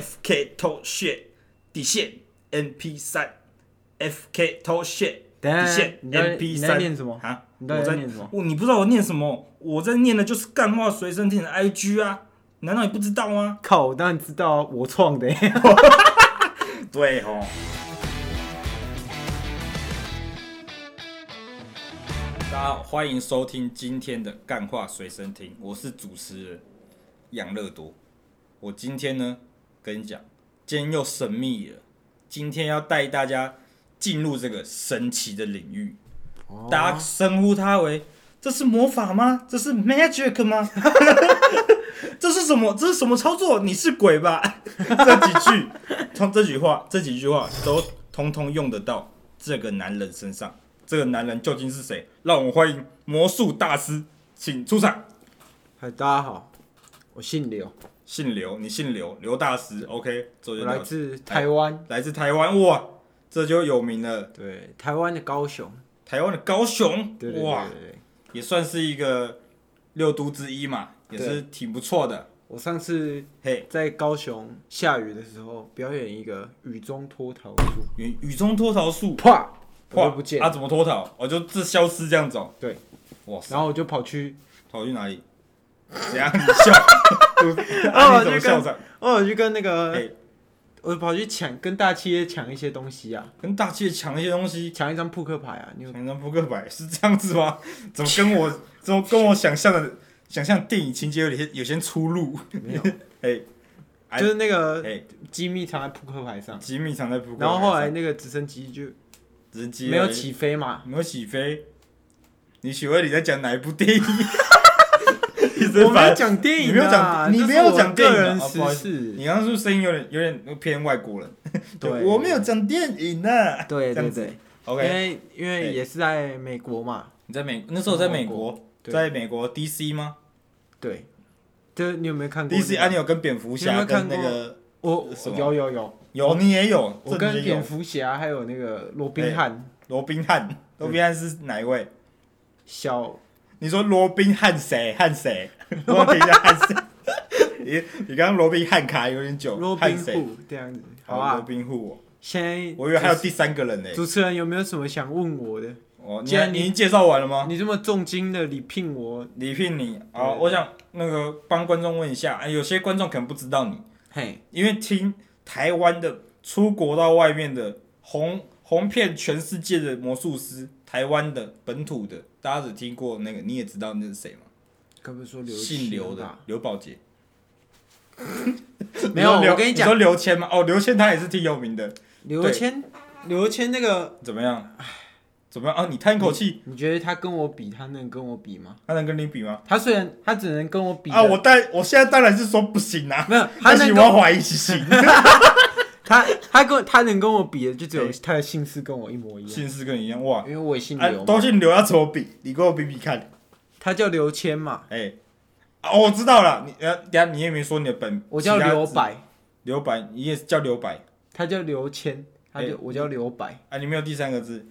FK 偷 shit 底线 NP 三 FK 偷 shit 等一底下线，你到底 NP 你在三念什么？啊？你到底我在在念什么？我你不知道我念什么？我在念的就是干话随身听的 IG 啊，难道你不知道吗？靠，我当然知道啊，我创的。 对哦。大家好，欢迎收听今天的干话随身听，我是主持人养乐多。我今天呢，跟你讲，今天又神秘了，今天要带大家进入这个神奇的领域。大家称呼它为：这是魔法吗？这是 magic 吗？这是什么？这是什么操作？你是鬼吧？ 这几句，从这句话，这几句话都通通用得到这个男人身上。这个男人究竟是谁？让我们欢迎魔术大师，请出场。嗨，大家好，我姓刘，姓刘，你姓刘，刘大师。OK，这我就来了自台湾，来自台湾，哇，这就有名了。对，台湾的高雄，台湾的高雄，对对哇对，对对。也算是一个六都之一嘛，也是挺不错的。我上次嘿，在高雄下雨的时候表演一个雨中脱逃术，雨雨中脱逃术，啪，我哇就不见啊，，怎么脱逃？我就自消失这样走。对，哇塞，然后我就跑去，逃去哪里？怎样？你 笑？啊，哦你怎么这个笑场？哦，我去跟那哎个，我跑去抢，跟大企业抢一些东西啊，跟大气抢一些东西，抢一张扑克牌啊，你有抢一张扑克牌是这样子吗？怎么跟 我怎么跟我想象的想象电影情节有些有些出入？没有？哎哎就是那个哎，机密藏在扑克牌上，吉米藏在扑克牌上，然后后来那个直升机就直接没有起飞嘛，没有起飞。你请问你在讲哪一部电 影？我我没有讲电影你没有啊，讲，你这没是有我讲电个影人啊哦不好私意思事。你刚刚是不是声音有点有点偏外国人？对我没有讲电影呢。对这对样子对，因 OK，哎为因为也是在美国嘛，你在美那时候在美国，对在美国 DC 吗对，这你有没有看过那个？DC 啊，你有跟蝙蝠你侠有没有跟看过那个我什么有有有，有你也有，我这跟你也有蝙蝠侠还有那个罗哎宾汉罗宾汉，罗宾汉是哪一位？小你说罗宾汉谁？汉 谁？罗宾汉谁？你你刚刚罗宾汉卡有点久，罗宾汉谁？户这样子，好啊好，罗吧？宾户哦，现在我以为还有第三个人呢。主持人有没有什么想问我的？哦，你既然你你已经介绍完了吗？你这么重金的礼聘我，礼聘你啊！对我想那个帮观众问一下，哎，有些观众可能不知道你，嘿，因为听台湾的出国到外面的红红遍全世界的魔术师，台湾的本土的，大家只听过那个，你也知道那是谁吗？刚不是说刘姓刘谦的吧？刘宝杰。啊 没有你说刘我跟你你讲说刘谦吗？哦，刘谦他也是挺有名的，刘对谦，刘谦那个，怎么样？怎么样啊？你叹一口气，你觉得他跟我比，他能跟我比吗？他能跟你比吗？他虽然他只能跟我比啊，的我当我现在当然是说不行啊，没有，他但能是跟我怀疑是 行，他他跟我他能跟我比的，就只有对他的姓氏跟我一模一样，姓氏跟你一样哇。因为我也姓哎啊刘，嘛，都姓刘要怎么比？你跟我比比看。他叫刘谦嘛，哎、啊我知道了。你呃，等下你也没说你的本，我叫其他刘字，白，刘白，你也叫刘白他叫刘谦，他哎就我叫刘白，啊？你没有第三个字，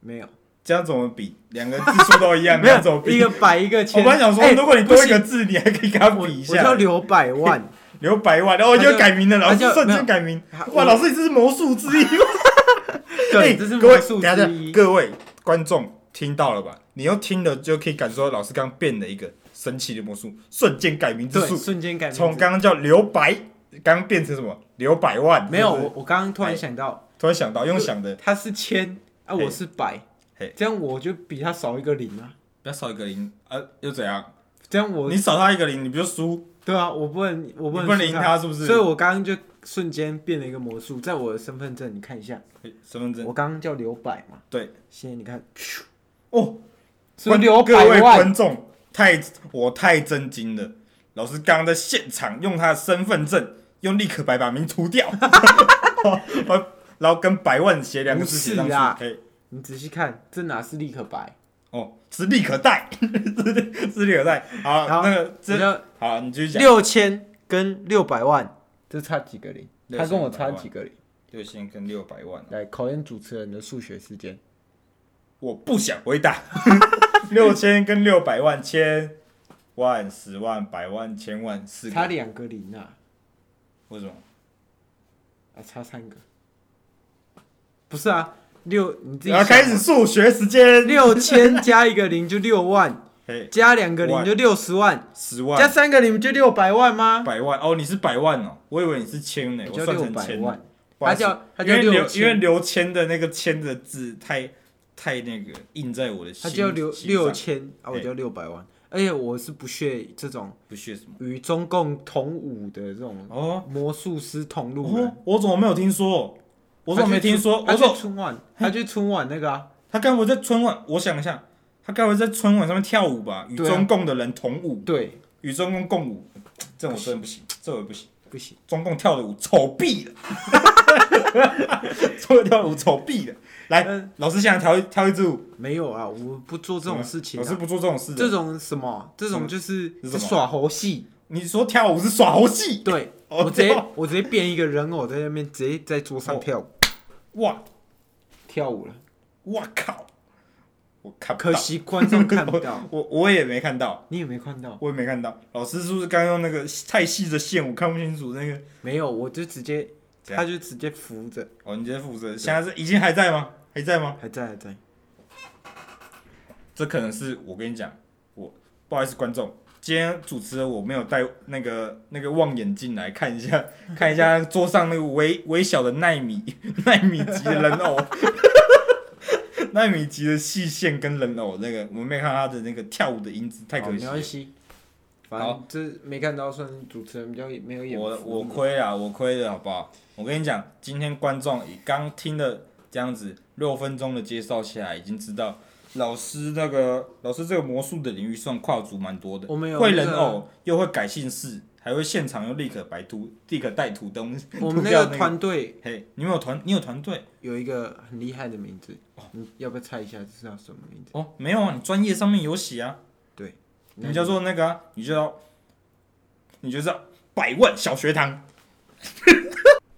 没有，这样怎么比？两个字数都一 样，没你要哎怎么有一比？个白一个我谦。本来想哎说，如果你多一个不行字，你还可以跟他我比一我叫下。刘 百万，刘百万，然后我他叫就改名了，老他叫师瞬没有间改名他。我哇，老师你这是魔术之一。 对，哎这是各位魔术等下之等下一。各位观众听到了吧？你又听了，就可以感受到老师刚刚变了一个神奇的魔术，瞬间改名之对，术。瞬间改名字。从刚刚叫刘白，刚刚变成什么刘百万？没有，是不我是我刚刚突哎然想到，突然想到用想的，他是谦啊，嘿我是百嘿，这样我就比他少一个零啊，不要少一个零，呃，又怎样？这样我你少他一个零，你不就输？对啊，我不能，我你能不能输赢他是不是所以我刚刚就瞬间变了一个魔术，在我的身份证，你看一下，嘿身份证我刚刚叫刘百嘛，对现在你看，咻哦，是不是刘各位百万？观众太我太震惊了，老师刚刚在现场用他的身份证用立可白把名涂掉，哦然后跟百万写两个字写上不是啊去，嘿你仔细看，这哪是立可白？哦， 是立可带，是是立可带。好，好那个你这要好，你继续讲。六千跟六百万，这差几个零？六千他跟我差几个零？六千跟六百万。来考验主持人的数学时间。我不想回答。 六千跟六百万、千万、十万、百万、千万，四差个两个零啊！为什么？啊，差三个。不是啊，六你自己然后开想始数学时间，六千加一个零就六万，嘿，加两个零就六十万，十加万、三个零就六百万吗？百万哦，你是百万哦，我以为你是千呢，你哎我就算六成百千了万。，不好他意思叫他因叫为六刘因为千，刘谦的那个“谦”的字太太那个印在我的他心，叫六心上六千啊，我嘿叫六百万。而且我是不屑这种不屑什么与中共同舞的这种哦魔术师同路人哦。，我怎么没有听说？我怎么没听说？他我去说春晚，他去春晚那个啊，他该不会在春晚？我想一下，他该不会在春晚上面跳舞吧？与对啊中共的人同舞，对，与中共共舞，这我真的不行，这我也不行。不行，中共跳的舞丑毙了， 中共跳的舞丑毙了。来嗯，老师现在跳一跳一支舞，嗯没有啊，我不做这种事情老师啊，不做这种事的。这种什么，这种就是是什在么耍 猴戏，你说跳舞是耍猴戏？对哦我直接对哦我直接变一个人偶在那边直接在桌上跳舞哇，跳舞了，我靠，我看不可到，惜啊观众看不到，我我也没看到，你也没看到，我也没看到。老师是不是刚用那个太细的线，我看不清楚那个？没有，我就直接怎样他就直接扶着，哦，你直接负责。现在是已经还在吗？还在吗？还在还在，这可能是我跟你讲，我不好意思，观众，今天主持人我没有带那个那个望远镜来看一下， 看一下桌上那个微微小的纳米 纳米级的人偶， 纳米级的细线跟人偶，那个我没看到他的那个跳舞的英姿，太好可惜哦没了。关系，反正这没看到算是主持人比较没有眼我福我亏了，我亏了，好不好？我跟你讲，今天观众也刚听了这样子六分钟的介绍下来，已经知道老师那个老师这个魔术的领域算跨足蛮多的，我们有会那人哦个偶，又会改姓氏，还会现场又立刻白涂立刻带土灯。涂我们那掉个团队嘿，你们有团，你有团队有一个很厉害的名字，你要不要猜一下这是叫什么名字？哦？没有啊，你专业上面有写啊，对，嗯你叫做那个、啊，你就要，你就叫百万小学堂。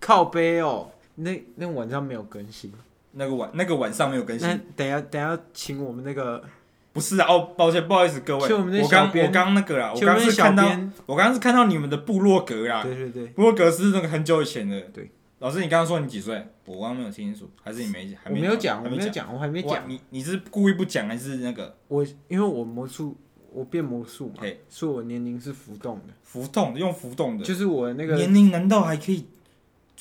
靠背哦。那那晚上没有更新，那个晚那个晚上没有更新那，等一下等一下请我们那个不是啊，哦，抱歉，不好意思各位，就我们那我刚小编我刚那个啦，啊我请我刚们的是小看到，啊编，我刚是看到你们的部落格啦，对对对，部落格是那个很久以前的。对，老师，你刚刚说你几岁？我刚刚没有听清楚，还是你没还我没啊没有讲，还我没没有讲，我还没哇讲，你你是故意不讲还是那个我因为我魔术我变魔术嘛嘿，所以我年龄是浮动的，浮动用浮动的？就是我那个年龄难道还可以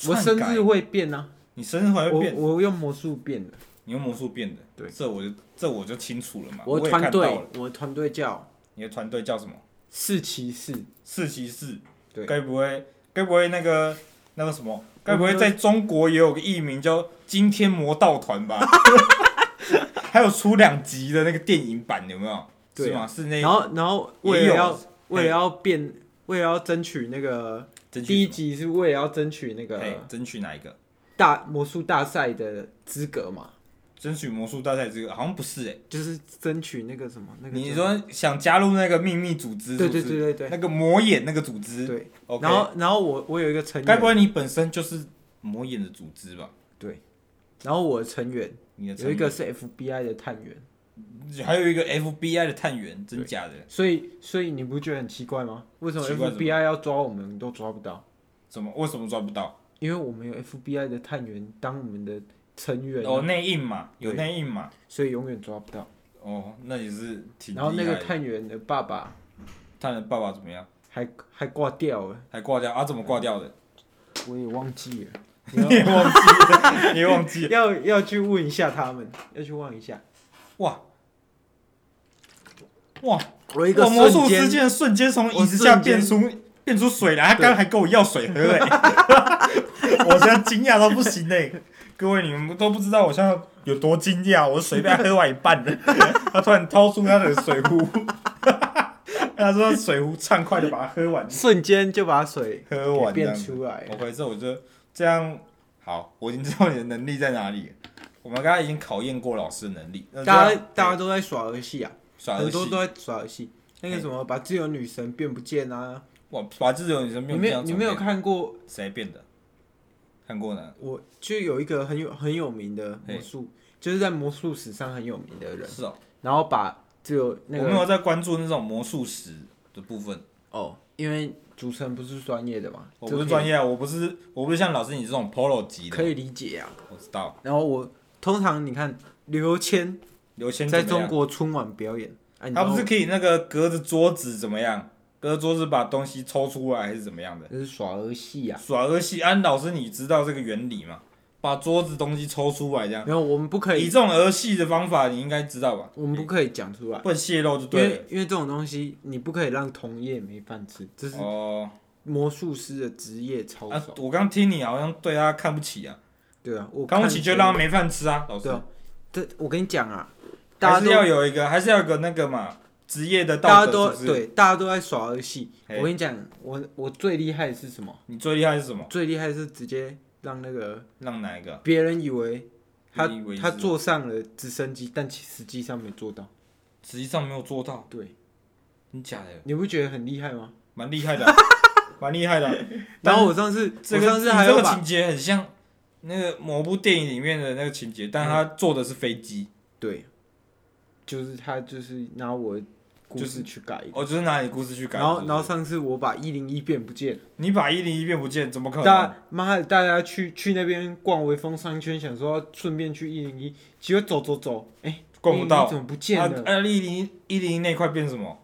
我篡生改？日会变啊，你生日还会我变？我用魔术变的，你用魔术变的？对这我就这我就清楚了嘛。我啊我的也团看到队了，我的团队叫你的团队叫什么？四骑士，四骑士，对该不会该不会那个那个什么，该不我会们在中国也有个艺名叫惊天魔盗团 吧？还有出两集的那个电影版有没有？对是啊吗？是那然后然后为哎也有了哎要为了要变为了要争取那个争取第一什集是为了要争取那么，哎个，争取哪一个？大魔术大赛的资格嘛，争取魔术大赛这个好像不是哎、就是争取那个什么那个叫。你说想加入那个秘密组织是不对是？对对对对那个魔眼那个组织，对， OK 然后然后我我有一个成该不员，会你本身就是魔眼的组织吧？对，然后我的成员你的成有一个是 FBI 的探员，还有一个 FBI 的探员，真假的？所以所以你不觉得很奇怪吗？为什么奇怪什么 FBI 要抓我们都抓不到？怎么为什么抓不到？因为我们有 FBI 的探员当我们的成员，哦，内应嘛，有对内应嘛。所以永远抓不到。哦，那也是挺厉然后害那的。个探员的爸爸探的爸爸怎么样？还还挂掉了，还挂掉啊？怎么嗯挂掉的？ 我也忘记了，你也忘记了，你也忘记了。要要去问一下他们，要去问一下。哇哇！我一个哇魔术瞬间师竟然瞬间从我椅子下瞬间变出 变出水来，他刚刚还跟我要水喝 哎、我现在惊讶到不行哎、各位，你们都不知道我现在有多惊讶，我水被他喝完一半了， 他突然掏出他的水壶， 他说水壶畅快的把它喝完，瞬间就把水喝给完哦这样变子出来。我回这我就这样好，我已经知道你的能力在哪里了。我们刚刚已经考验过老师的能力，那就大要家大家都在耍游戏啊，耍游很多戏哎都在耍游戏。那个什么，把自由女神变不见啊！哇，把这种女生你变没变到有你没有怎么看过？变谁变的？看过呢？我就有一个很有很有名的魔术，就是在魔术史上很有名的人，是哦，然后把自由那我没个有在关注那种魔术史的部分。哦，因为主持人不是专业的嘛，我这不是可以专业啊，我不是我不是像老师你这种 polo 级的，可以理解啊。我知道。然后我通常你看刘谦刘谦在怎么中样国春晚表演，啊、你他知道不是可以那个隔着桌子怎么样？隔着桌子把东西抽出来还是怎么样的？这是耍儿戏啊。耍儿戏，安老师你知道这个原理吗？把桌子东西抽出来这样，没有，我们不可以以，这种儿戏的方法你应该知道吧？我们不可以讲出来，不能泄露就因对了为。因为这种东西你不可以让同业没饭吃，这是哦，魔术师的职业操啊守。，我刚听你好像对他看不起啊，对啊，我看不看起就让他没饭吃啊，老师对。啊，这我跟你讲啊，还大家是都要有一个，还是要有个那个嘛，职业的大道家德都是不是？对，大家都在耍儿戏。嘿我跟你讲，我我最厉害的是什么？你最厉害是什么？最厉害是直接让那个让哪一个？别人以为他别人以为是他坐上了直升机，但其实际上没坐到。实际上没有做到，对，真假的？你不觉得很厉害吗？蛮厉害 的啊、蛮厉害的啊、但然后我上次，这我个上你次还这有个把情节很像那个某部电影里面的那个情节，但他做的是飞机，对，就是他就是拿我的故事去改。我只是拿你故事去改。嗯然是后，不然后是上次我把一零一变不见了，你把一零一变不见，怎么可能？大妈的大家去去那边逛微风商圈，想说要顺便去一零一，结果走走走，哎、逛不到101怎么不见了？二一零一零那块变什么？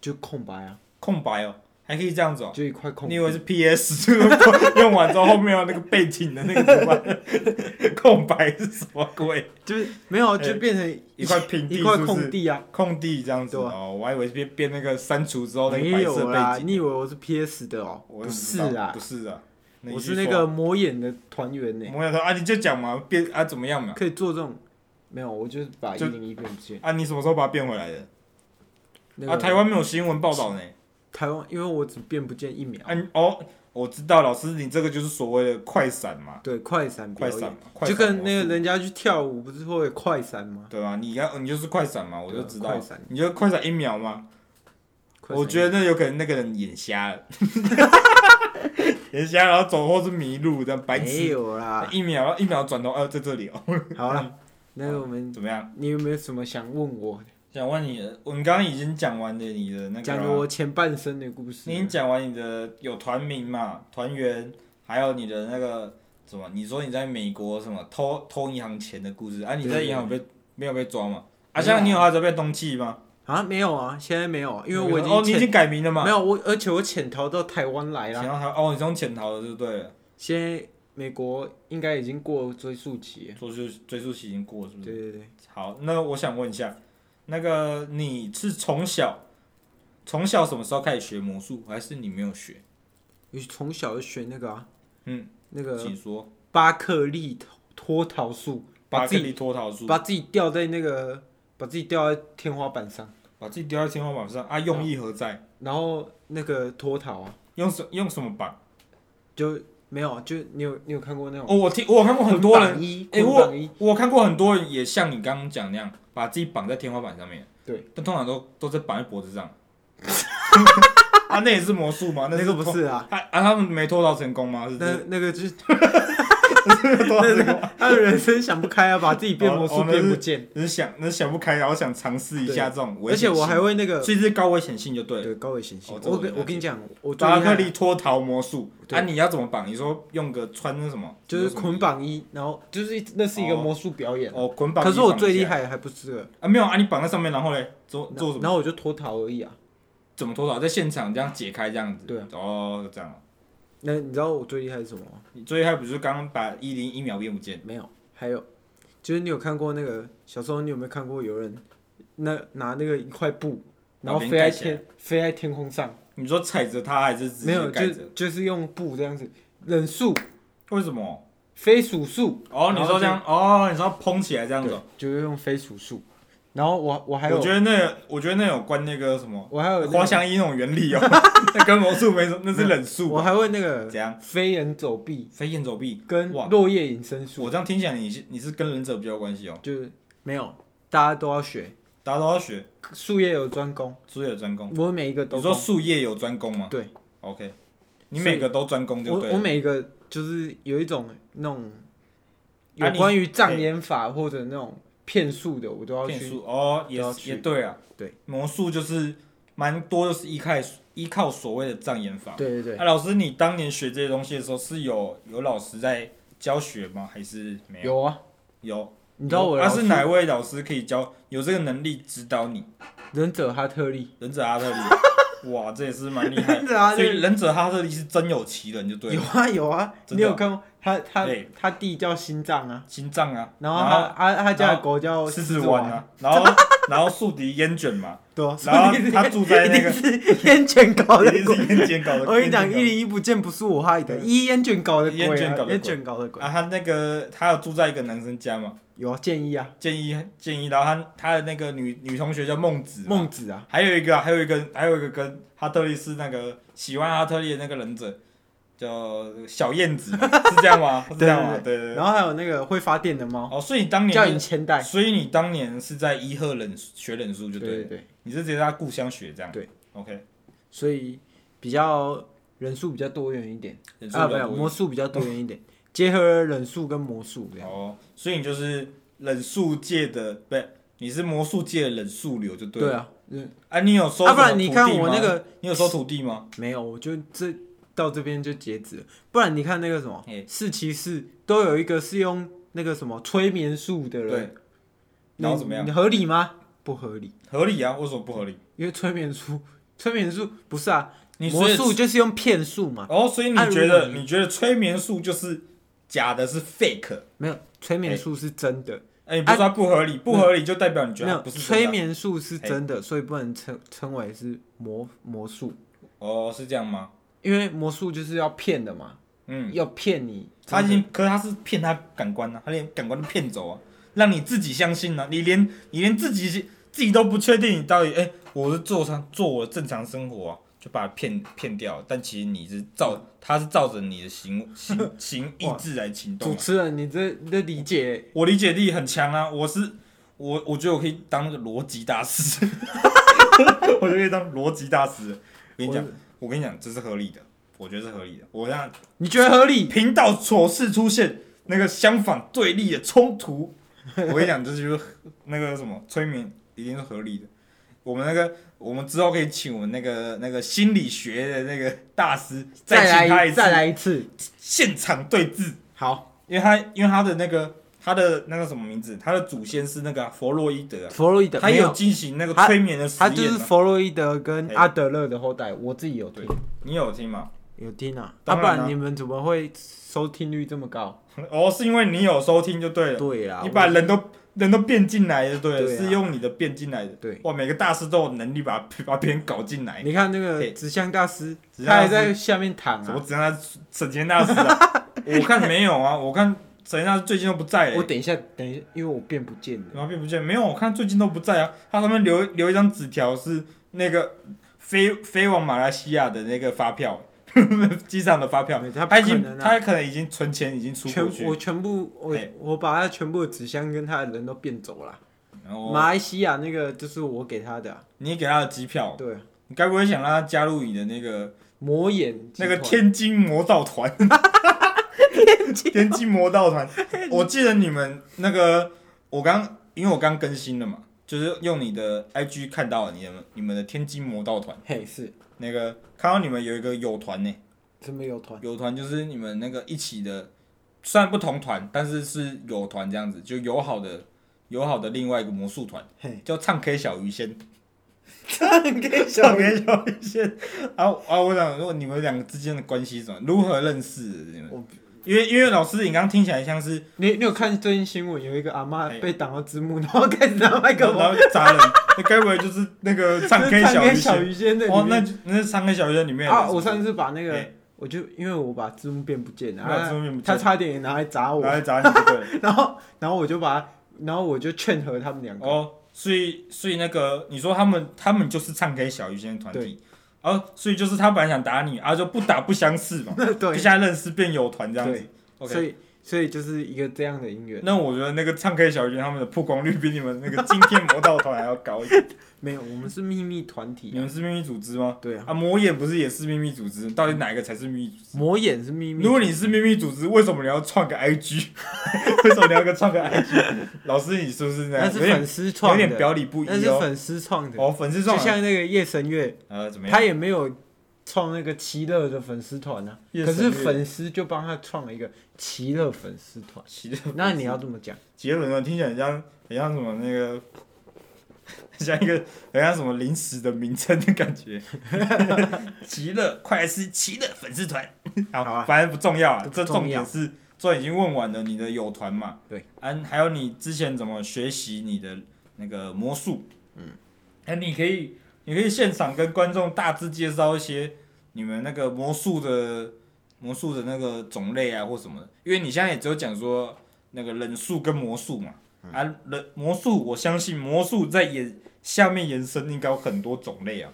就空白啊，空白哦，还可以这样子哦。就一块空你白以。为是 PS 用完之后后面有那个背景的那个图案 空白是什么鬼？就是没有，哎就变成一块平地一块是不是空地啊，空地这样子对啊哦，我还以为是变变那个删除之后哦那没个白色有啦，背景。你以为我是 PS 的哦？我不是知道啦不，是啊，你我继是续那说个魔眼的团员呢，我想说啊，你就讲嘛，变啊怎么样嘛？可以做这种。没有，我就是把一就零一变不见。啊，你什么时候把它变回来的？那啊，个台湾没有新闻报道呢。台湾，因为我只变不见一秒。啊，你哦，我知道，老师，你这个就是所谓的快闪嘛，对，快闪表快闪演嘛，，快就闪跟模那个式人家去跳舞，不是会有快闪吗？对吧？啊你要你就是快闪嘛，我就对啊知道快闪，你就快闪一秒嘛。快闪我觉得那有可能那个人眼瞎了， 眼瞎，然后走或是迷路这样，白没痴。有啦。一秒，然后一秒转头，呃，在这里哦，好了，那个我们，怎么样？你有没有什么想问我的？想问你，我们刚刚已经讲完了你的那个啊讲了了我前半生的故事你已。经讲完你的有团名嘛，团员，还有你的那个什么？你说你在美国什么偷偷银行钱的故事啊？你在银行被没有被抓吗？啊，像你有还在被通缉吗？啊，没有啊，现在没有，因为我已哦，你经已经潜、改名了嘛？没有我，而且我潜逃到台湾来潜啦。逃哦，你是用潜逃的，对不对了？现在美国应该已经过追溯期了，追溯追溯期已经过了，是不是？对对对，好，那我想问一下，那个你是从小从小什么时候开始学魔术，还是你没有学？你从小就学那个啊，嗯，那个请说。巴克利脱逃术，把巴克自己利脱逃术，把自己吊在那个，把自己吊在天花板上，把自己丢在天花板上啊，用意何在？然后那个脱逃啊，用什用什么绑？就没有，就你有你有看过那种哦，我听我有看过很多捆人，绑衣，哎、捆我绑衣，我有看过很多人也像你刚刚讲那样，把自己绑在天花板上面。对，但通常都都是绑在脖子上。 啊，那也是魔术吗？那是个不是啊，啊啊，他们没脱逃成功吗？是不那是？那个 就是脱逃成功，他的人生想不开啊，把自己变魔哦术哦那是变不见，你想你想不开，然后想尝试一下这种危而且险性，我还会那个所以是高危险性就对了。对高危险性哦。这我我了跟解我跟你讲，我最巴厉克害利的脱逃魔术，对啊，你要怎么绑？你说用个穿那什么？就是有什么捆绑衣，然后就是一那是一个哦魔术表演。哦，捆绑衣绑可起是来。我最厉害的还不是这个，啊，没有啊，你绑在上面，然后嘞，做做什么？然后我就脱逃而已啊。怎么脱逃？在现场这样解开这样子。对啊。哦，就这样哦。那你知道我最厉害是什么吗？你最厉害不是刚刚把一零一秒变不见？没有，还有就是你有看过那个小时候你有没有看过有人那拿那个一块布，然后把别人盖飞在起来天飞在天空上？你说踩着它还是直没接有，盖就着？就是用布这样子，忍术、为什么？飞鼠术。哦，然你后说就这样，哦，你说砰起来这样子对哦。，就是用飞鼠术。然后我我还有我觉得那，我觉得那有关那个什么我还有那个滑翔衣那种原理哦， 那跟魔术没什么，那是忍术我吧。还会那个怎样？飞檐走壁飞檐走壁？跟哇，落叶隐身术，我这样听起来你是你是跟忍者比较有关系哦，就是没有，大家都要学，大家都要学术业有专攻，术业有专攻。我每一个都你说攻，术业有专攻吗？对，OK，你所以每个都专攻就对我我了。每一个就是有一种那种啊有你哎关于障眼法或者那种骗术的，我都要骗去。术哦，也都要是去也对啊，对，魔术就是蛮多就是依靠依靠所谓的障眼法。对对对，啊，老师，你当年学这些东西的时候，是有有老师在教学吗？还是没有？有啊，有，你知道我他、老是师哪位老师可以教有这个能力指导你？忍者哈特利，忍者哈特 利，哇，这也是蛮厉害忍。者哈特所以利忍者哈特利是真有其人，就对有了。啊有啊，真的你有看过他他对他弟叫心脏啊，心脏啊，然后他他他哦家然的后狗叫狮子子湾，啊，然后 然后宿敌烟卷 嘛，对啊，然后所以你他住在那个一定 是烟卷搞的一定鬼。是烟卷搞的。我跟你讲，烟卷一搞的零一不见不是我害的，一烟卷搞的鬼啊，烟卷搞的鬼烟卷搞的鬼，啊，他那个他有住在一个男生家嘛，有啊，建议啊，建议建议，然后他他的那个女女同学叫孟子嘛，孟子啊，还有一个啊，还有一个，还有一个跟哈特利是那个喜欢哈特利的那个忍者，叫小燕子 嘛，是这样吗？是这样吗？对对对。然后还有那个会发电的猫，哦，所以你当叫你年，千代，所以你当年是在伊贺忍学忍术就对对对了，对，你是直接在他故乡学这样。对，OK，所以比较人数比较多元一点忍术啊，比没较有多魔术比较多元一点，结合人数跟魔术这样，哦，所以你就是忍术界的，不是，你是魔术界的忍术流就对对了。啊，嗯，啊，你有收？啊不然你看我那个，你有收徒弟吗？没有，我就这到这边就截止了，不然你看那个什么嘿四骑士都有一个是用那个什么催眠术的人，对，然后你怎么样？你合理吗？不合理，合理啊，为什么不合理？因为催眠术，催眠术不是啊，你魔所以术就是用骗术嘛，哦，所以你按觉如得果你觉得催眠术就是假的，是 fake？没有催眠术是真的。哎、你不是说它不合理，不合理就代表你觉啊得没它有不是真的啊催眠术是真的，所以不能称称为是魔魔术，哦，是这样吗？因为魔术就是要骗的嘛，嗯，要骗你。他已经，可是他是骗他感官啊，他连感官都骗走啊，让你自己相信啊，你连你连自己自己都不确定你到底哎、我是做常做我的正常生活啊。就把它骗骗掉了，但其实你是照，他是照着你的行行行意志来行动主啊、持人，你这你这理解我理解力很强啊，我是我，我觉得我可以当那个逻辑大师， 我就可以当逻辑大师。我跟你讲，我跟你讲，这是合理的，我觉得是合理的。我让你觉得合理？频道琐事出现那个相反对立的冲突，我跟你讲，这就是那个什么催眠一定是合理的。我们那个，我们之后可以请我们那个那个心理学的那个大师请他来一一次，再来一次，现场对峙。好，因为他因为他的那个他的那个什么名字，他的祖先是那个啊弗洛伊德啊、弗洛伊德他没有有，进行那个他催眠的实他就是验、啊。弗洛伊德跟哎阿德勒的后代，我自己有听你有听吗？ 有听啊，要当不然啊然你们怎么会收听率这么高？哦，是因为你有收听就对了。对啦，你把啊我人都人都变进来就对了，对啊是用你的变进来的。对，哇，每个大师都有能力把把别人搞进来。你看那个哎纸箱大师，纸箱他大还师在下面躺什么啊，只让他省钱大师 啊？我看没有啊，我看沈大师最近都不在了、我等一下等一下，因为我变不见了。然后并不见，没有，我看最近都不在啊。他上面留留一张纸条是那个飞飞往马来西亚的那个发票， 机场的发票没，他不他已可经能啊他可能已经存钱已经出国全去我。全部我、哎我把他全部的纸箱跟他的人都变走了。然后马来西亚那个就是我给他的啊、你给他的机票，对，啊你该不会想让他加入你的那个魔眼集那团个天津魔盗团？天津魔盗团，我记得你们那个我刚因为我刚更新了嘛，就是用你的 IG 看到了你们你们的天津魔盗团。嘿是那个看到你们有一个友团呢，什么有团？友团就是你们那个一起的，虽然不同团，但是是友团这样子，就友好的友好的另外一个魔术团，嘿，叫唱 K 小鱼仙， 给唱 K 小鱼仙。 啊啊！我想说你们两个之间的关系是什么？如何认识的你我们？因为因为老师，你刚刚听起来像是你你有看最近新闻有一个阿妈哎被挡到字幕，然后开始拿麦克然风，后砸人，那该不会就是那 个唱 K 就是唱小给鱼小仙？鱼仙的里面哦，那就那是唱 K 小鱼仙里面的人啊，是不我是上次把那个、哎我就因为我把字幕变不见了，你把字幕变不见他差点也拿来砸我拿，来砸你就对了。然后然后我就把他，然后我就劝和他们 两个，哦，所以所以那个你说他们他们就是唱给小鱼仙的团体，哦，所以就是他本来想打你，啊就不打不相识嘛，就对现在认识变友团 这样子对。所 OK，以所以就是一个这样的音乐。那我觉得那个唱 K 小鱼仙他们的曝光率比你们那个惊天魔盗团还要高一点。没有，我们是秘密团体你啊、们是秘密组织吗？对啊，啊，魔眼不是也是秘密组织？到底哪一个才是秘密组织？魔眼是秘密。如果你是秘密组织，为什么你要创个 IG？ 为什么你要跟创个 IG？老师，你是不是那那样？是有点粉丝有创点的，表里不一那是哦。粉丝创的，哦，粉丝就创啊像那个夜神月，呃怎么样？ 他也没有创那个奇乐的粉丝团啊，夜可神月是粉丝就帮他创了一个奇乐粉丝 团。奇乐 那你要这么讲，杰伦啊，听起来很像很像什么那个，很像一个很像什么临时的名称的感觉。 奇乐，快来吃奇乐粉丝团。 好，好啊反正不重要啊不，这重重点要是，这已经问完了你的友团嘛？对。嗯，还有你之前怎么学习你的那个魔术？嗯。哎、你可以，你可以现场跟观众大致介绍一些你们那个魔术的魔术的那个种类啊，或什么的。因为你现在也只有讲说那个忍术跟魔术嘛，啊，忍魔术，我相信魔术在延下面延伸应该有很多种类啊。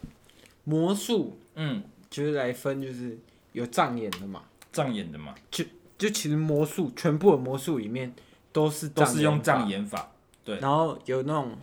魔术嗯，就是来分，就是有障眼的嘛，障眼的嘛，就其实魔术全部的魔术里面都是都是用障障眼法。对然后有那种，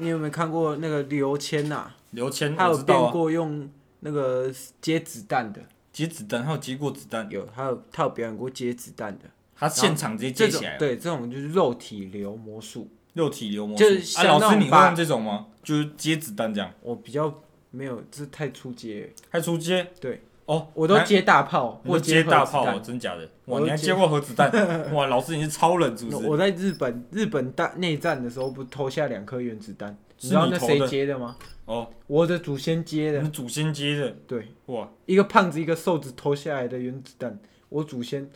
你有没有看过那个刘谦呐？刘谦他我有知道变啊，过用那个接子弹的，接子弹，还有接过子弹，有，还有他有表演过接子弹的，他现场直接这接种起来，对这种就是肉体流魔术，肉体流魔术。就是啊，像老那师种你会把用这种吗？就是接子弹这样，我比较没有，这太出街，还出接？对，哦，我都那。接大炮，我我接大炮核哦，子真假的？我哇，都你还接接过核子弹？ 哇，老师你是超人是弹不是？我在日本日本大内战的时候不投下两颗原子弹，是你知道你那投谁的接的吗？哦，我的祖先接你的，们祖先接的，对，哇，一个胖子一个瘦子投下来的原子弹，我祖先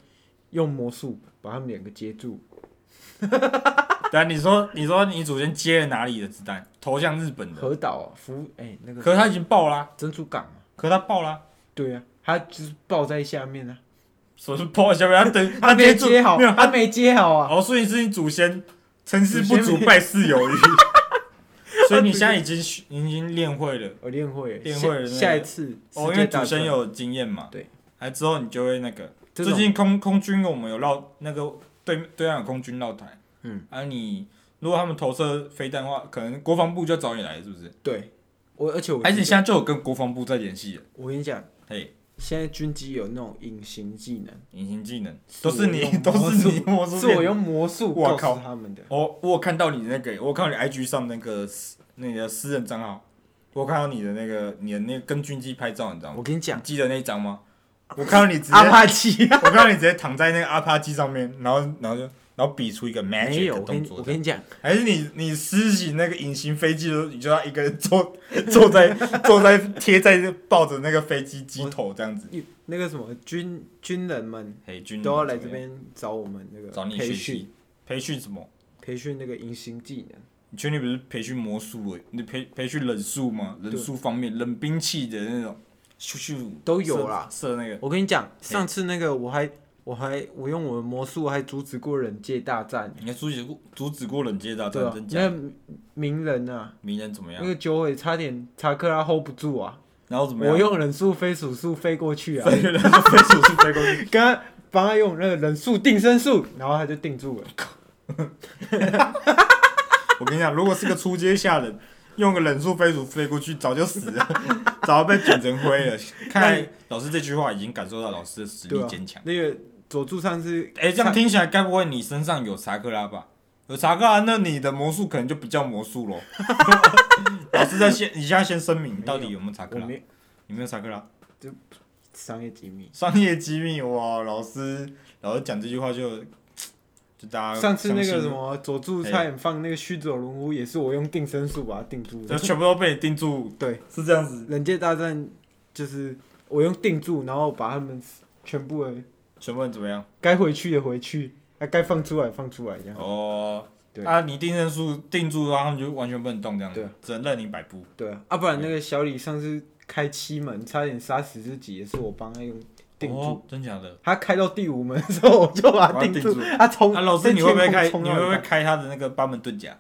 用魔术把他们两个接住，但你说，你说你祖先接了哪里的子弹？投向日本的，核岛福哎那个可是他已经爆啦、珍珠港嘛，啊可是他爆啦、对啊，他就是抱在下面啊，所以是爆下面，他等他没接住接好，没有他他，没接好啊，哦，所以是你祖先成事不祖先足没败事有余， 所以你现在已经学你已经练会了，我练会了练会了那个下下一次哦，世因界为大祖战先有经验嘛，对，还之后你就会那个，这最种近空空军我们有绕那个对对岸有空军绕台，嗯，啊你如果他们投射飞弹的话，可能国防部就要找你来，是不是？对我，而且我还是你现在就有跟国防部在联系了，我跟你讲，嘿。现在军机有那种隐形技能，隐形技能是都是我你，用都魔是术你魔术是练我的。用魔术我告靠诉他们的，我哦我有看到你那个，我看到你 IG 上那个私那个私人账号，我看到你的那个你的那个跟军机拍照，你知道吗我？跟你你讲，啊记得那一张吗？我看到你直接，阿帕奇我看到你直接躺在那个阿帕机上面，然后然后就然后比出一个没 magic 有，的我跟动你作我这样，跟你讲，还是你你私行那个隐形飞机的时候，你就要一个人 坐坐在坐在贴在那抱着那个飞机机头这样子。有那个什么军军人们嘿，军都要来怎这么样边找我们那个找你培学训习培训什么？培训那个隐形技能，你确定不是培训魔术而已，你培培训忍术吗？忍术方面，冷兵器的那种，咻咻都有啦射，射那个我跟你讲，上次那个我还我还我用我的魔术还阻止过人界大战，你还阻止过阻止过冷接大对战，啊吧啊真？假？那名人啊，名人怎么那样？个九尾差点查克拉 hold 不住啊，然后怎么样？我用忍术飞鼠术飞过去啊，飞人飞术是飞过去，刚刚帮他用那个忍术定身术，然后他就定住了。我跟你讲，如果是个出街下人，用个忍术飞鼠飞过去，早就死了， 早就被卷成灰了。看来老师这句话已经感受到老师的实对力啊坚强。那个佐助上次哎、这样听起来，该不会你身上有查克拉吧？有查克拉，那你的魔术可能就不叫魔术喽。 老师在先，你现在先声明，没有到底有没有查克我拉？没有没有查克拉？商业机密，商业机密哇！老师，老师讲这句话就就大家上次那个相信什，么佐助差点放那个须佐龙屋，也是我用定身术把它定住就的。全部都被你定住，对，是这样子，忍界大战就是我用定住，然后把他们全部的全部人怎么样？该回去的回去，啊，该放出来放出来这样。哦，对啊，你定人数定住的话，他们就完全不能动，这样对子，只能任你摆布。对啊，啊，不然那个小李上次开七门差点杀死自己，也是我帮他用定住。哦，真假的？他开到第五门的时候，我就把他定把他定住。他从啊，老师，你会不会开？被天空你冲会到不会一半开他的那个八门遁甲？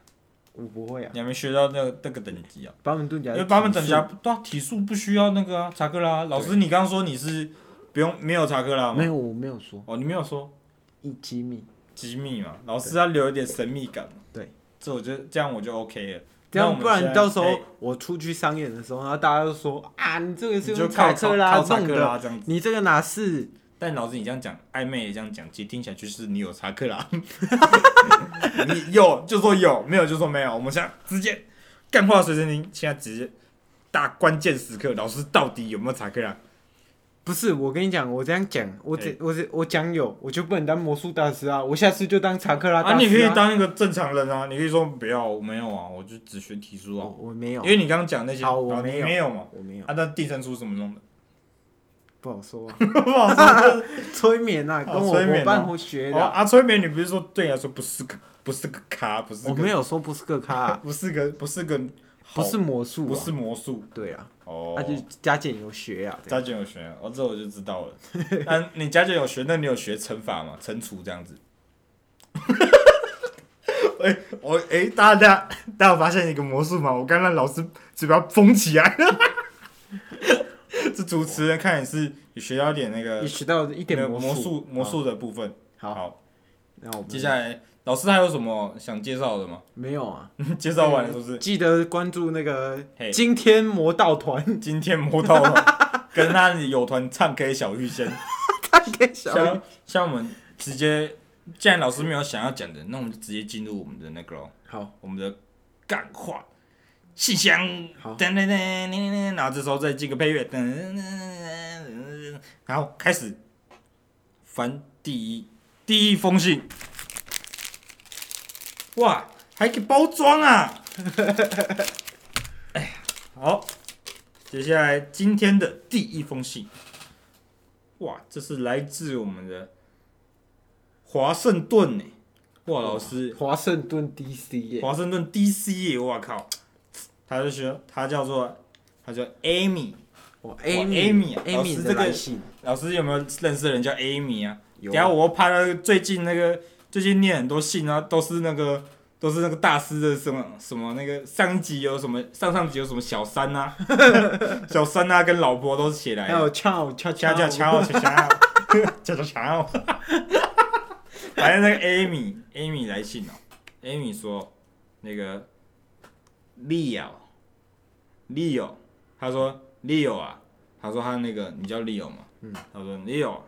我不会啊，你还没学到那个那个等级啊？八门遁甲因是体术。为八门等级啊，对啊，体术不需要那个啊，查克拉啊。老师，你刚刚说你是不用没有查克拉没吗？有，我没有说哦，你没有说一机密，机密嘛？老师要留一点神秘感嘛。对，这我就这样我就 OK 了。这那我样们不然现在到时候哎我出去商演的时候，然后大家就说啊，你这个你是就用靠查查克拉靠查弄克的，拉这样子。你这个哪是？但老子你这样讲，暧昧也这样讲，其实听起来就是你有查克 拉，你有就说有，没有就说没有。我们现在直接干话随身听，现在直接大关键时刻，老师到底有没有查克拉？不是，我跟你讲，我这样讲，我只哎我只我讲有，我就不能当魔术大师啊！我下次就当查克拉大师啊，你可以当当一个正常人啊，你可以说不要，我没有啊，我就只学体术我啊，我没有因，为你刚刚讲那些，哦好我啊没你有没有嘛。我没有，啊，那地震出怎么弄的？不好说啊。 不好说。 催眠啊，哦跟我催眠伙哦伴学哦，的啊。啊，催眠，你不是说对你来说不是个不是个咖，不是我个没有说不是个咖啊，不是个不是个好不是魔术啊，不是魔术对啊，哦他就加减有学啊。对家卷有学，哦，这我就知道了。 那你家卷有学，那你有学乘法吗？乘除这样子。 哎、我哎、大家大家有发现一个魔术吗？我刚刚老师嘴巴封起 来了。这主持人看你是有学到点那个你学到一点那个魔术。魔术的部分。好好，嗯那我们接下来老师还有什么想介绍的吗？ 没有啊，介绍完了是不是？记得关注那个嘿今天魔道 团，今天摸到 了，跟他的友团唱 K 小玉仙。他给小雨像像我们直接，既然老师没有想要讲的，那我们就直接进入我们的那个咯，好我们的干话信箱。好噔噔噔噔噔，然后这时候再进个配乐，噔噔噔噔噔，然后开始翻第一第一封信。哇，还给包装啊！哎呀，好，接下来今天的第一封信。哇，这是来自我们的华盛顿呢、哇，老师，华盛顿 DC 耶，华盛顿 DC 耶、我靠，他就说他叫做他叫 Amy，哇哦 Amy 啊老 Amy，Amy 师的这个来信老师有没有认识的人叫 Amy 啊？有等下我怕他最近那个最近念很多信啊，都是那个都是那个大师的什么什么那个上一集有什么上上集有什么小三呐、啊， 小三啊跟老婆都写来还了。有翘翘掐掐掐哦，掐掐哦，掐掐掐哦。反正那个 Amy，Amy 来信哦，Amy 说那个 Leo，Leo，他说 Leo 啊，他说他那个你叫 Leo 吗？嗯，他说 Leo，啊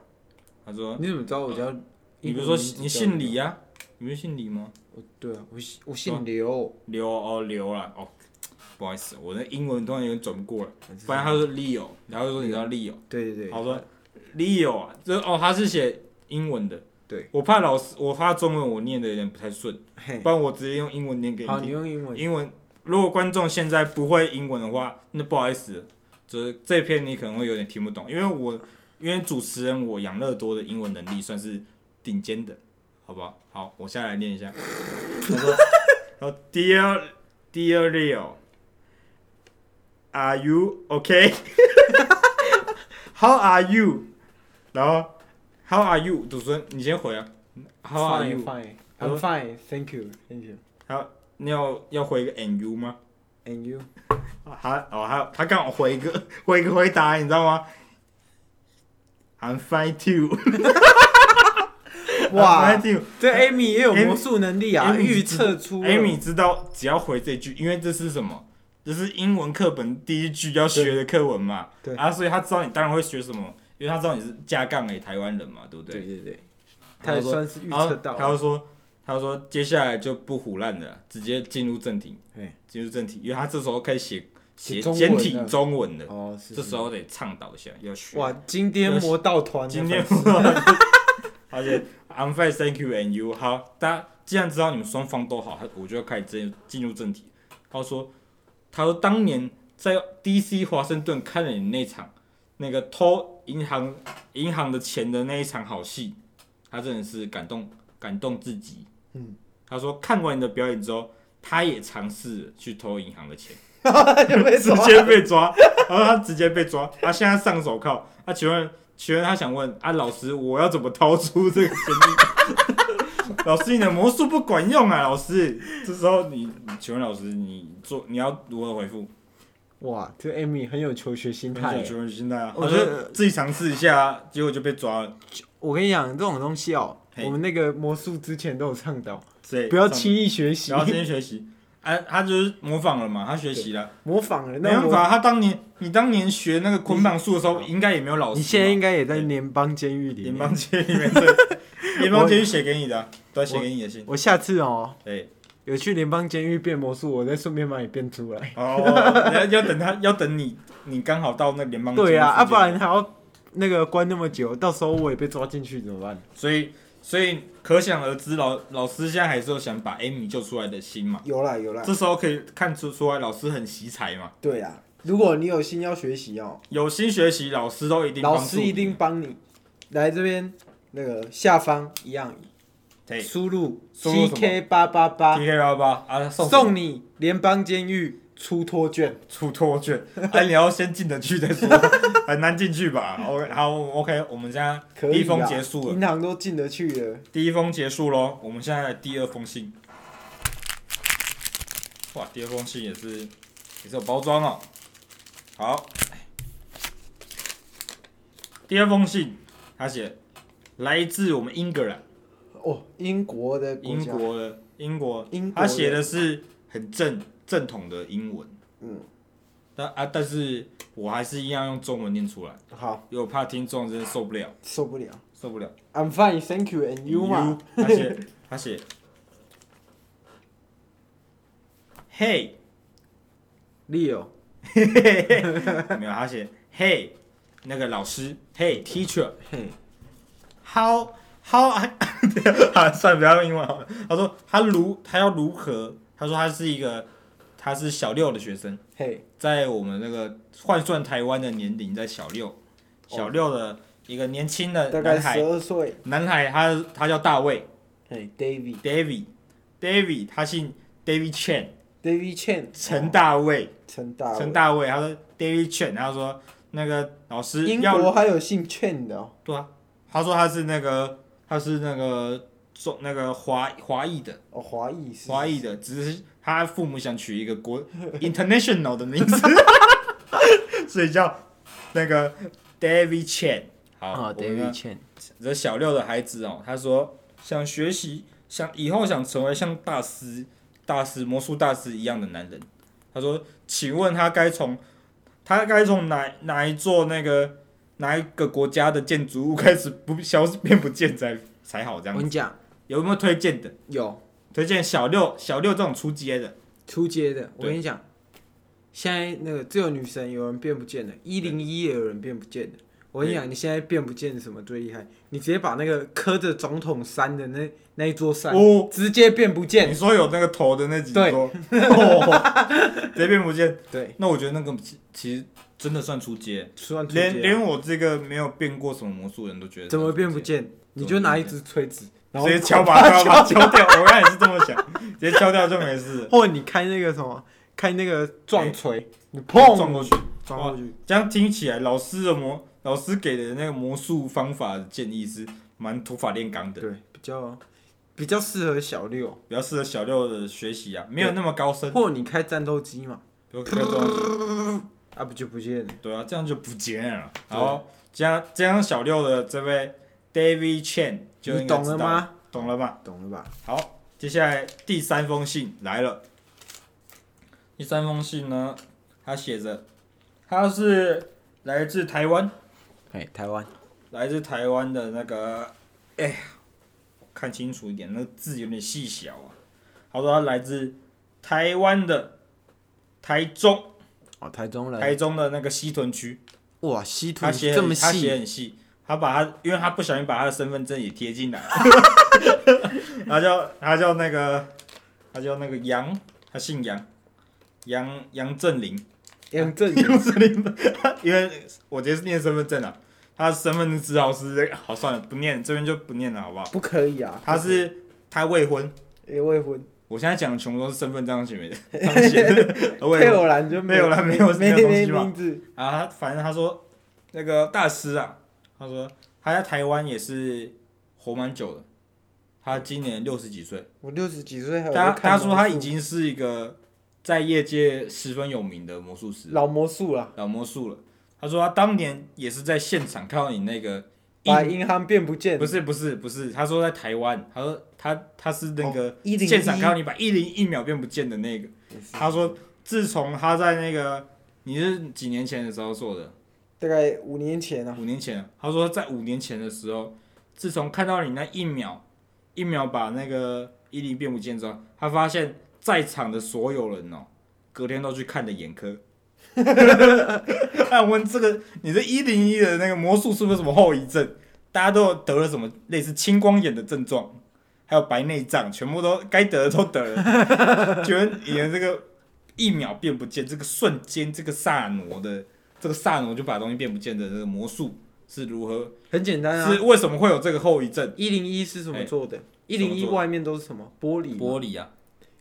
他说你怎么知道我叫？你不是说你姓李？呀、你不是姓李吗？我对啊，我姓我姓刘，刘哦刘啦哦，不好意思，我的英文突然有点转不过来。反正正他说 Leo，然后就说你叫 Leo。对呃对对，好的，Leo 啊，这哦，他是写英文的。对，我怕老师，我怕中文我念的有点不太顺，嘿不，然我直接用英文念给好，你你听。用英文，英文，如果观众现在不会英文的话，那不好意思，就是这篇你可能会有点听不懂，因为我因为主持人我养乐多的英文能力算是顶尖的，好不好？好，我下来念一下。他说，他说 Dear Dear Leo。Are you okay? How are you? 然后 How are you？主持人，你先回啊。How are you？ Fine，I'm fine，Thank you，Thank you，and 好，你要要回一个 and you 吗？ you？ 他哦，他他刚好回一个回一个回答，你知道吗？I'm fine too 。哇 I'm fine too。这 Amy 也有 Amy- 魔术能力啊， Amy 预测出了哎 Amy 知道，只要回这句，因为这是什么？这是英文课本第一句要学的课文嘛。对对啊，所以他知道你当然会学什么，因为他知道你是加杠诶台湾人嘛，对不对对对，他他也就说算是预然后测到他了，就说，他就说接下来就不胡乱了，直接进入正题，嘿，进入正题，因为他这时候开始写写写中文简体了中文了，哦，是这时候得倡导一下，要学。哇，今天魔道团啊的今粉天丝，而且 I'm fine, thank you and you。好，大家既然知道你们双方都好，我就要开始进进入正题。他说，他说当年在 DC 华盛顿看了你那场那个偷银行银行的钱的那一场好戏，他真的是感动感动自己。嗯，他说看完你的表演之后，他也尝试了去偷银行的钱。有没有直接被抓，然后他直接被抓，他现在上手铐。他请问，请问他想问啊，老师，我要怎么掏出这个钱？ 老师，你的魔术不管用啊！老师，这时候你，请问老师，你做你要如何回复？ 哇，这 Amy 很有求学心态你耶。求问心态啊，我我觉觉得得自己尝试一下啊，结果就被抓了。我跟你讲，这种东西哦，嘿我们那个魔术之前都有倡导，所以不要轻易学习然。后先学习。啊，他就是模仿了嘛，他学习了， 模仿了。没那办我法，他当年你当年学那个捆绑术的时候，应该也没有老师嘛。你现在应该也在联邦监狱里联面。邦监狱里 面，对，联邦监狱写给你的啊，对，写给你的信，我下次哦，对，有去联邦监狱变魔术，我再顺便把你变出来。哦，要要等他，要等你，你刚好到那联邦监狱对啊，啊附不近然还要那个关那么久，到时候我也被抓进去怎么办？所以所以可想而知，老老师现在还是有想把 Amy 救出来的心嘛。有啦有啦，这时候可以看出出来，老师很惜才嘛，对啦，如果你有心要学习哦，有心学习，老师都一定帮老助师你一定帮你。来这边那个下方一样，对输入输入什么 TK 八八八， TK 八八啊送送你联邦监狱出脱券。出脱 卷，哎、你要先进得去再说，很难进去吧？OK，好，OK，我们现在可以啊第啦一封结束了，银行都进得去了。第一封结束喽，我们现在来第二封信。哇，第二封信也是也是有包装哦。好，第二封信，他写来自我们英格兰，哦，英国的国英家，国的英国，英国他写的是很正正统的英文，嗯，但啊，但是我还是一样用中文念出来，好因为我怕听众真的受不了，受不了。受不了。 I'm fine, thank you, and you 嘛。他 写他写，Hey， Leo，没有，他写 Hey，那个老师，Hey teacher，How 嘿， How I，啊， 算了，不要用英文好了。他说他如他要如何？他说他是一个他是小六的学生，嘿，在我们那个换算台湾的年龄，在小六，小六的一个年轻的大概男十孩，二岁。男孩他他叫大卫嘿，David，David ，David，David，他姓 David Chen。 Chen，陈大卫，陈大，陈大卫，他说 David Chen，他说那个老师英要国还有姓 Chen 的哦。对啊，他说他是那个他是那个中那个华华裔的哦，华裔是华裔的，只是他父母想取一个 国 international 的名字，所以叫那个 David Chen。好，啊啊我们呢 Chen，这小六的孩子哦，他说想学习，想以后想成为像大师、大师魔术大师一样的男人。他说，请问他该从他该从哪哪一座那个哪一个国家的建筑物开始不消失变不见才才好这样我子？跟你讲，有没有推荐的？有推荐小六小六这种出街的出街的，我对跟你讲，现在那个自由女神有人变不见了，一零一也有人变不见了。我跟你讲，你现在变不见什么最厉害？你直接把那个磕着总统山的那那一座山，哦。直接变不见你。说有那个头的那几对 座，哦直接变不见。对，那我觉得那个其其实真的算出街。突然出连街啊，连我这个没有变过什么魔术的人都觉得怎么变不见，见？你就拿一支锤子，然后直接 敲把它把它敲掉。我刚才也是这么想，直接敲掉就没事，或者你开那个什么，开那个撞锤，你撞 砰过去。撞过去。这样听起来，老师的魔老师给的那个魔术方法的建议是蛮土法炼钢的，对，比较比较适合小六，比较适合小六的学习啊，没有那么高 深。或者你开战斗机嘛，不要不要这样子啊不就不见了。对啊，这样就不见了。对然后这样这样小六的这位 David Chen 就你应该懂了知道吗？懂了吧？懂了吧？好，接下来第三封信来了。第三封信呢，他写着，他是来自台湾，哎，台湾来自台湾的那个，哎呀，我看清楚一点，那个字有点细小啊。他说他来自台湾的台中，哦，台中人，台中的那个西屯区，哇，西他屯写这很么他写细，很细，他把他，因为他不小心把他的身份证也贴进来， 他叫他叫那个他叫那个杨，他姓杨，杨杨振林，杨振宇杨振林， 因为我直接是念身份证啊，他的身份证字号是这个，好算了，不念这边就不念了，好不好？ 不可以啊，他是他未婚，也未婚，我现在讲的全部都是身份证上写没的， 上写的未配婚偶栏就配偶栏没有没没有东西没吧名字，啊，他反正他说那个大师啊，他说他在台湾也是活蛮久的，他今年六十几岁，哎我六十几岁还有他在看他说他魔已术经是一个在业界十分有名的魔术师，老魔术了，啊老魔术了。他说他当年也是在现场看到你那个把银行变不见不，是不是不是，他说在台湾，他说他他是哦那个101现场看到你把一零一秒变不见的那个，他说自从他在那个你是几年前的时候做的，大概五年前啊，五年前，他说在五年前的时候，自从看到你那一秒一秒把那个一零变不见之后，他发现在场的所有人哦，隔天都去看的眼科。 他问这个，你这一零一的那个魔术是不是有什么后遗症？大家都有得了什么类似青光眼的症状，还有白内障，全部都该得的都得了， 觉得你的这个一秒变不见，这个瞬间，这个萨挪的这个萨挪就把东西变不见的这个魔术是如何，很简单啊是。为什么会有这个后遗症？一零一是什么哎做的？一怎么零一做的外面都是什么玻璃？玻。璃啊，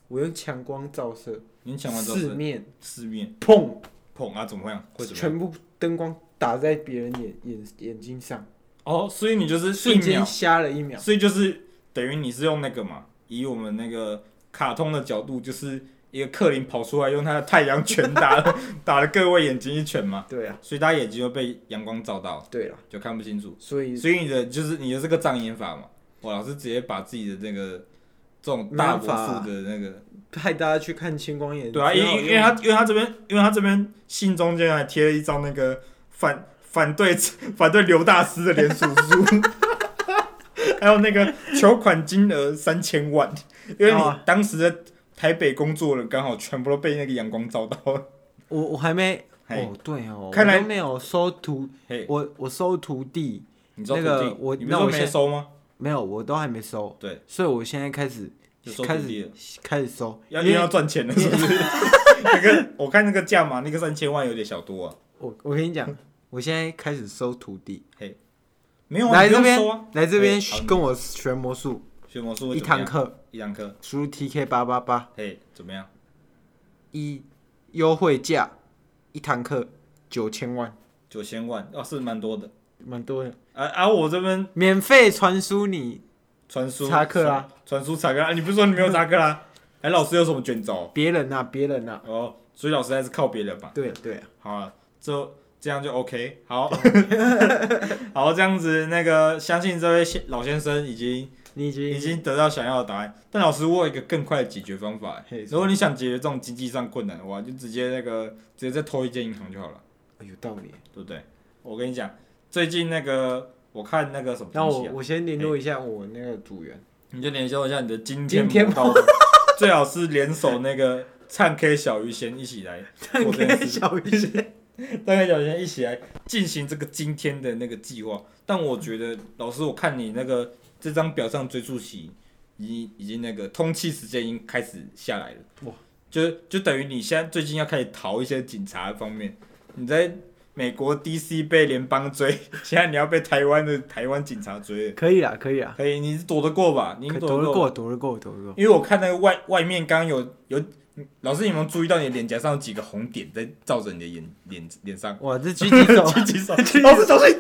我用强光照射，你想完之后四是面四面砰，碰啊，怎么样？会怎么样？全部灯光打在别人眼眼眼睛上，哦，所以你就是一瞬秒间瞎了一秒。所以就是等于你是用那个嘛，以我们那个卡通的角度，就是一个克林跑出来用他的太阳拳打 了打了各位眼睛一拳嘛，对啊，所以大家眼睛就被阳光照到，对了，就看不清楚。所以所以你的就是你的这个障眼法嘛，我老师直接把自己的那个这种大魔术的那个，害大家去看青光眼。对啊，因只好因用因为他因为他这边因为他这边信中间还贴了一张那个反反对 反对刘大师的联署书。 还有那个求款金额三千万，因为你然后啊当时在台北工作了，刚好全部都被那个阳光照到了。我我还没 嘿哦，对哦，看来我都没有收徒嘿，我我收徒弟你知道那个土地我你不那是我说没先收吗？没有，我都还没收，对，所以我现在开始就收开土地始了开始收，要因要为赚钱了是不是？ 那个我看那个价码，那个三千万有点小多啊。我我跟你讲，我现在开始收徒弟，没有啊，来你不这用边收啊。来这边嘿好跟我学魔术，学魔术会一怎么堂样课一堂课，输入 TK 八八八嘿，怎么样？一优惠价，一堂课九千万，九千万哦，是蛮多的。蛮多的，啊啊，我这边免费传输你传输查克拉，传输查克拉，啊你不是说你没有查克 拉？哎，老师有什么卷轴？别人啊别人啊，哦，所以老师还是靠别人吧。对啊对啊，好了，这这样就 OK。好， 好，这样子那个相信这位先老先生已经你已经已经得到想要的答案。但老师，我有一个更快的解决方法哎嘿。如果你想解决这种经济上困难的话，就直接那个直接再偷一间银行就好了，哎有道理。对不对？我跟你讲，最近那个我看那个什么那东我西、啊，我先联络一下我那个 组员，你就联系一下你的今今天魔刀，最好是联手那个唱 K 小鱼仙一起来做这件事情。小一些。大概小学一起来进行这个今天的那个计划。但我觉得，老师，我看你那个这张表上追溯期已经已经那个通气时间已经开始下来了。哇！就就等于你现在最近要开始逃一些警察方面，你在美国 DC 被联邦追，现在你要被台湾的台湾警察追了。可以啦，可以啦， 可以，你躲得过吧？你应可该躲得得过，躲得过，躲得过。因为我看那个外外面刚刚有有，老师你有没有注意到你的脸颊上有几个红点在照着你的眼脸脸上？ 哇，这狙击 手，狙击手，老师小心，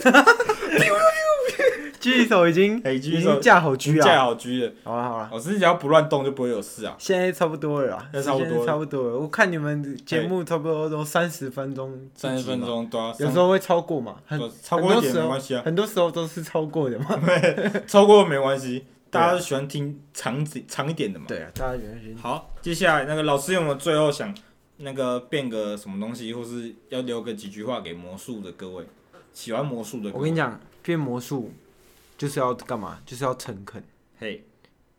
狙击手已经哎狙已击手经架好狙架啊！好狙了。好了好了，老师只要不乱动就不会有事啊。现在差不多了啦，现在差不多了哎时间差不多了。我看你们节目差不多都三十分钟，三十分，钟对啊，有时候候会超过嘛，很超过一很多点时候没关系啊，很多时候都是超过的嘛。 超过没关 系，大家都喜欢听长点长一点的嘛。对啊，大家原先好，接下来那个老师有没有最后想那个变个什么东西，或是要留个几句话给魔术的各位，喜欢魔术的各位？我跟你讲，变魔术就是要干嘛？就是要诚恳。嘿，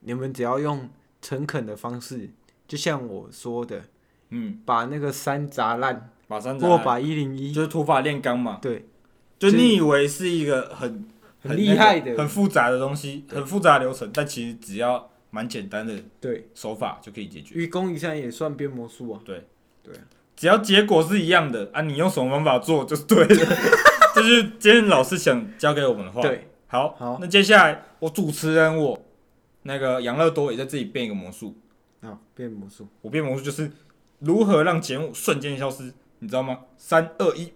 你们只要用诚恳的方式，就像我说的，嗯，把那个山砸烂，把三或斩，把一零一，就是土法炼钢嘛。对，就就是你以为是一个很那很个厉害的很复杂的东西，很复杂的流程，但其实只要蛮简单的对，手法就可以解决。愚公移山也算变魔术啊。只要结果是一样的啊，你用什么方法做就是对 的。这是今天老师想教给我们的话。，对，好，好那接下来我主持人我那个杨乐多也在这里变一个魔术，啊，变魔术。我变魔术就是如何让节目瞬间消失，你知道吗？三二一，变。